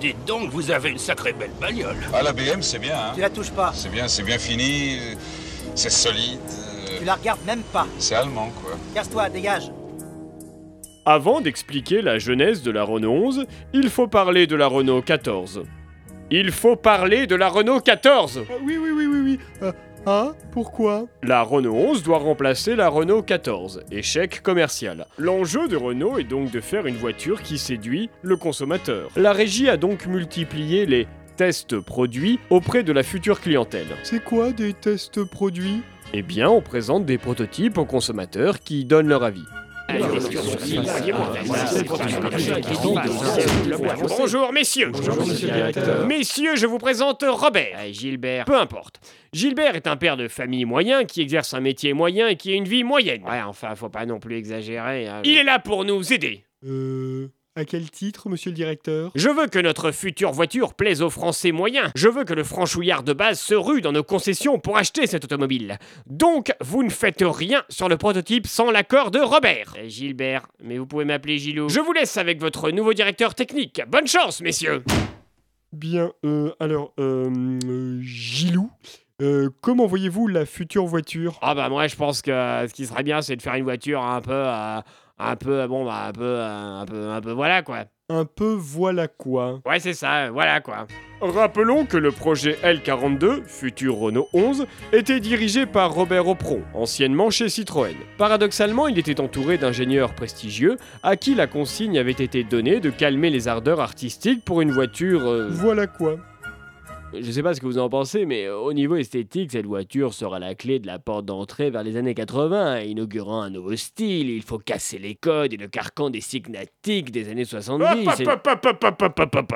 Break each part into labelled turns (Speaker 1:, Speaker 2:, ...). Speaker 1: Dites donc, vous avez une sacrée belle bagnole.
Speaker 2: Ah, la BM, c'est bien, hein
Speaker 3: Tu la touches pas.
Speaker 2: C'est bien, c'est bien fini, euh, c'est solide, euh,
Speaker 3: Tu la regardes même pas.
Speaker 2: c'est allemand, quoi.
Speaker 3: Casse-toi, dégage.
Speaker 4: Avant d'expliquer la genèse de la Renault 11, il faut parler de la Renault 14. Il faut parler de la Renault 14
Speaker 5: Ah, Oui, oui, oui, oui, oui. Euh, hein Pourquoi
Speaker 4: La Renault 11 doit remplacer la Renault 14, échec commercial. L'enjeu de Renault est donc de faire une voiture qui séduit le consommateur. La régie a donc multiplié les tests produits auprès de la future clientèle.
Speaker 5: C'est quoi des tests produits
Speaker 4: Eh bien, on présente des prototypes aux consommateurs qui donnent leur avis. Bonjour messieurs. Messieurs, je vous présente Robert. Gilbert. Peu importe. Gilbert est un père de famille moyen qui exerce un métier moyen et qui a une vie moyenne. Ouais, enfin, faut pas non plus exagérer. hein. Il est là pour nous aider.
Speaker 5: Euh. À quel titre, monsieur le directeur
Speaker 4: Je veux que notre future voiture plaise aux Français moyens. Je veux que le franchouillard de base se rue dans nos concessions pour acheter cette automobile. Donc, vous ne faites rien sur le prototype sans l'accord de Robert. Eh, Gilbert, mais vous pouvez m'appeler Gilou. Je vous laisse avec votre nouveau directeur technique. Bonne chance, messieurs
Speaker 5: Bien, euh, alors, euh, euh, Gilou, euh, comment voyez-vous la future voiture
Speaker 4: Ah bah moi, je pense que ce qui serait bien, c'est de faire une voiture un peu... euh, un peu, bon bah, un peu, euh, un peu, un peu, voilà quoi.
Speaker 5: Un peu voilà quoi.
Speaker 4: Ouais, c'est ça, euh, voilà quoi. Rappelons que le projet L42, futur Renault 11, était dirigé par Robert Opron, anciennement chez Citroën. Paradoxalement, il était entouré d'ingénieurs prestigieux à qui la consigne avait été donnée de calmer les ardeurs artistiques pour une voiture. euh,
Speaker 5: Voilà quoi.
Speaker 4: je sais pas ce que vous en pensez, mais euh, au niveau esthétique, cette voiture sera la clé de la porte d'entrée vers les années 80, inaugurant un nouveau style. Il faut casser les codes et le carcan des signatiques des années 70. et-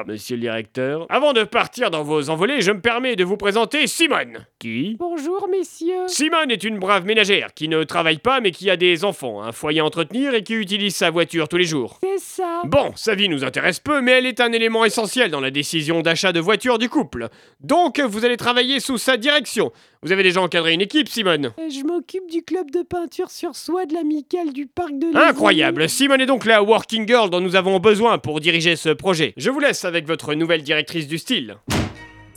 Speaker 4: Monsieur le directeur, avant de partir dans vos envolées, je me permets de vous présenter Simone. Qui
Speaker 6: Bonjour messieurs.
Speaker 4: Simone est une brave ménagère qui ne travaille pas mais qui a des enfants, un foyer à entretenir et qui utilise sa voiture tous les jours.
Speaker 6: C'est ça.
Speaker 4: Bon, sa vie nous intéresse peu, mais elle est un élément essentiel dans la décision d'achat de voiture du couple. Donc, vous allez travailler sous sa direction. Vous avez déjà encadré une équipe, Simone.
Speaker 6: Euh, Je m'occupe du club de peinture sur soie de l'amicale du parc de Lézigny.
Speaker 4: Incroyable Simone est donc la working girl dont nous avons besoin pour diriger ce projet. Je vous laisse avec votre nouvelle directrice du style.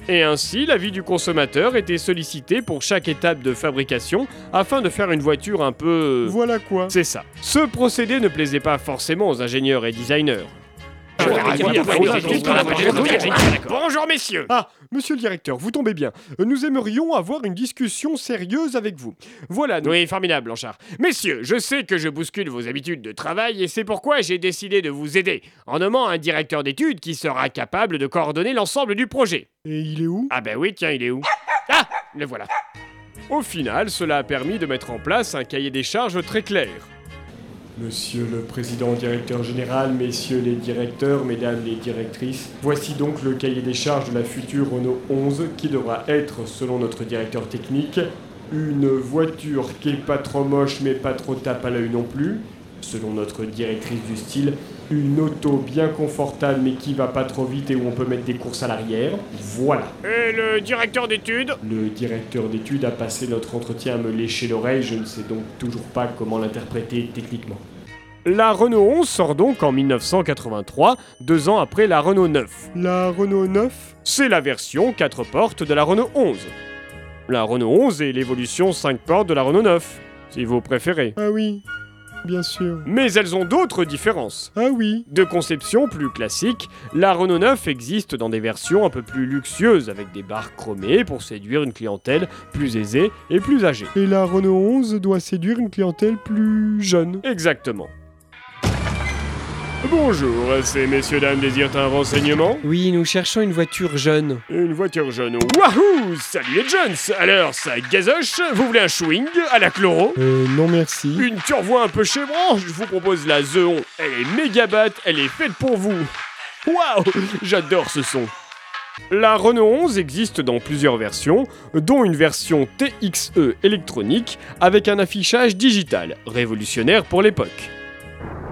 Speaker 4: Et ainsi, l'avis du consommateur était sollicité pour chaque étape de fabrication afin de faire une voiture un peu...
Speaker 5: Voilà quoi.
Speaker 4: C'est ça. Ce procédé ne plaisait pas forcément aux ingénieurs et designers. Bonjour messieurs
Speaker 5: Ah, monsieur le directeur, vous tombez bien. Euh, Nous aimerions avoir une discussion sérieuse avec vous. Voilà, nous-
Speaker 4: Oui, formidable, Blanchard. Messieurs, je sais que je bouscule vos habitudes de travail et c'est pourquoi j'ai décidé de vous aider en nommant un directeur d'études qui sera capable de coordonner l'ensemble du projet.
Speaker 5: Et il est où
Speaker 4: Ah ben oui, tiens, il est où Ah Le voilà. Au final, cela a permis de mettre en place un cahier des charges très clair.
Speaker 5: Monsieur le Président Directeur Général, Messieurs les Directeurs, Mesdames les Directrices, voici donc le cahier des charges de la future Renault 11 qui devra être, selon notre directeur technique, une voiture qui est pas trop moche mais pas trop tape à l'œil non plus, selon notre directrice du style, une auto bien confortable mais qui va pas trop vite et où on peut mettre des courses à l'arrière. Voilà.
Speaker 4: Et le directeur d'études
Speaker 5: Le directeur d'études a passé notre entretien à me lécher l'oreille, je ne sais donc toujours pas comment l'interpréter techniquement.
Speaker 4: La Renault 11 sort donc en 1983, deux ans après la Renault 9.
Speaker 5: La Renault 9
Speaker 4: C'est la version 4 portes de la Renault 11. La Renault 11 est l'évolution 5 portes de la Renault 9, si vous préférez.
Speaker 5: Ah oui, bien sûr.
Speaker 4: Mais elles ont d'autres différences.
Speaker 5: Ah oui,
Speaker 4: De conception plus classique, la Renault 9 existe dans des versions un peu plus luxueuses avec des barres chromées pour séduire une clientèle plus aisée et plus âgée.
Speaker 5: et la Renault 11 doit séduire une clientèle plus jeune.
Speaker 4: Exactement. Bonjour, ces messieurs dames désirent un renseignement
Speaker 7: Oui, nous cherchons une voiture jeune.
Speaker 4: Une voiture jeune. Wahoo Salut les Jones Alors, ça gazoche Vous voulez un chewing à la chloro
Speaker 5: Euh, non merci.
Speaker 4: Une turvoie un peu chébranche, je vous propose la Zeon. Elle est méga batte, elle est faite pour vous. Waouh J'adore ce son. La Renault 11 existe dans plusieurs versions, dont une version TXE électronique avec un affichage digital, révolutionnaire pour l'époque.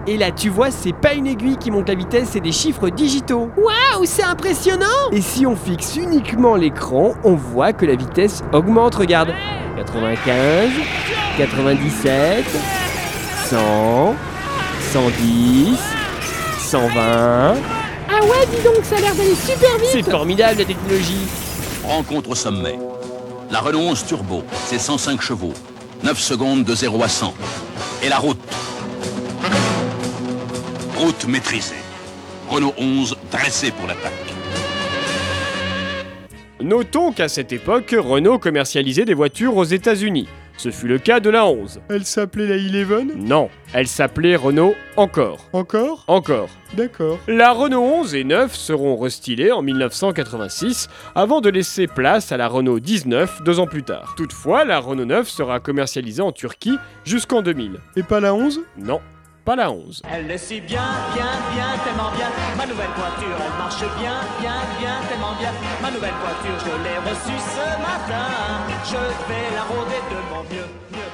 Speaker 7: Et là, tu vois, c'est pas une aiguille qui monte la vitesse, c'est des chiffres digitaux. Waouh, c'est impressionnant Et si on fixe uniquement l'écran, on voit que la vitesse augmente, regarde. 95, 97, 100, 110, 120,
Speaker 6: Ah
Speaker 8: ouais, dis donc, ça a l'air d'aller super vite
Speaker 9: C'est formidable la technologie
Speaker 3: Rencontre au sommet. La Renault 11 Turbo, c'est 105 chevaux, 9 secondes de 0 à 100. Et la route. Route maîtrisée. Renault 11 dressé pour l'attaque.
Speaker 4: Notons qu'à cette époque, Renault commercialisait des voitures aux États-Unis. Ce fut le cas de la 11.
Speaker 5: Elle s'appelait la Eleven
Speaker 4: Non, elle s'appelait Renault encore.
Speaker 5: Encore
Speaker 4: Encore.
Speaker 5: D'accord.
Speaker 4: La Renault 11 et 9 seront restylées en 1986 avant de laisser place à la Renault 19 deux ans plus tard. Toutefois, la Renault 9 sera commercialisée en Turquie jusqu'en 2000.
Speaker 5: Et pas la 11
Speaker 4: Non, pas la 11.
Speaker 10: Elle le suit bien, bien, bien, tellement bien. Ma nouvelle voiture, elle marche bien, bien, bien, tellement bien. Ma nouvelle voiture, je l'ai reçue ce matin. Je vais la rôder de mon mieux, mieux.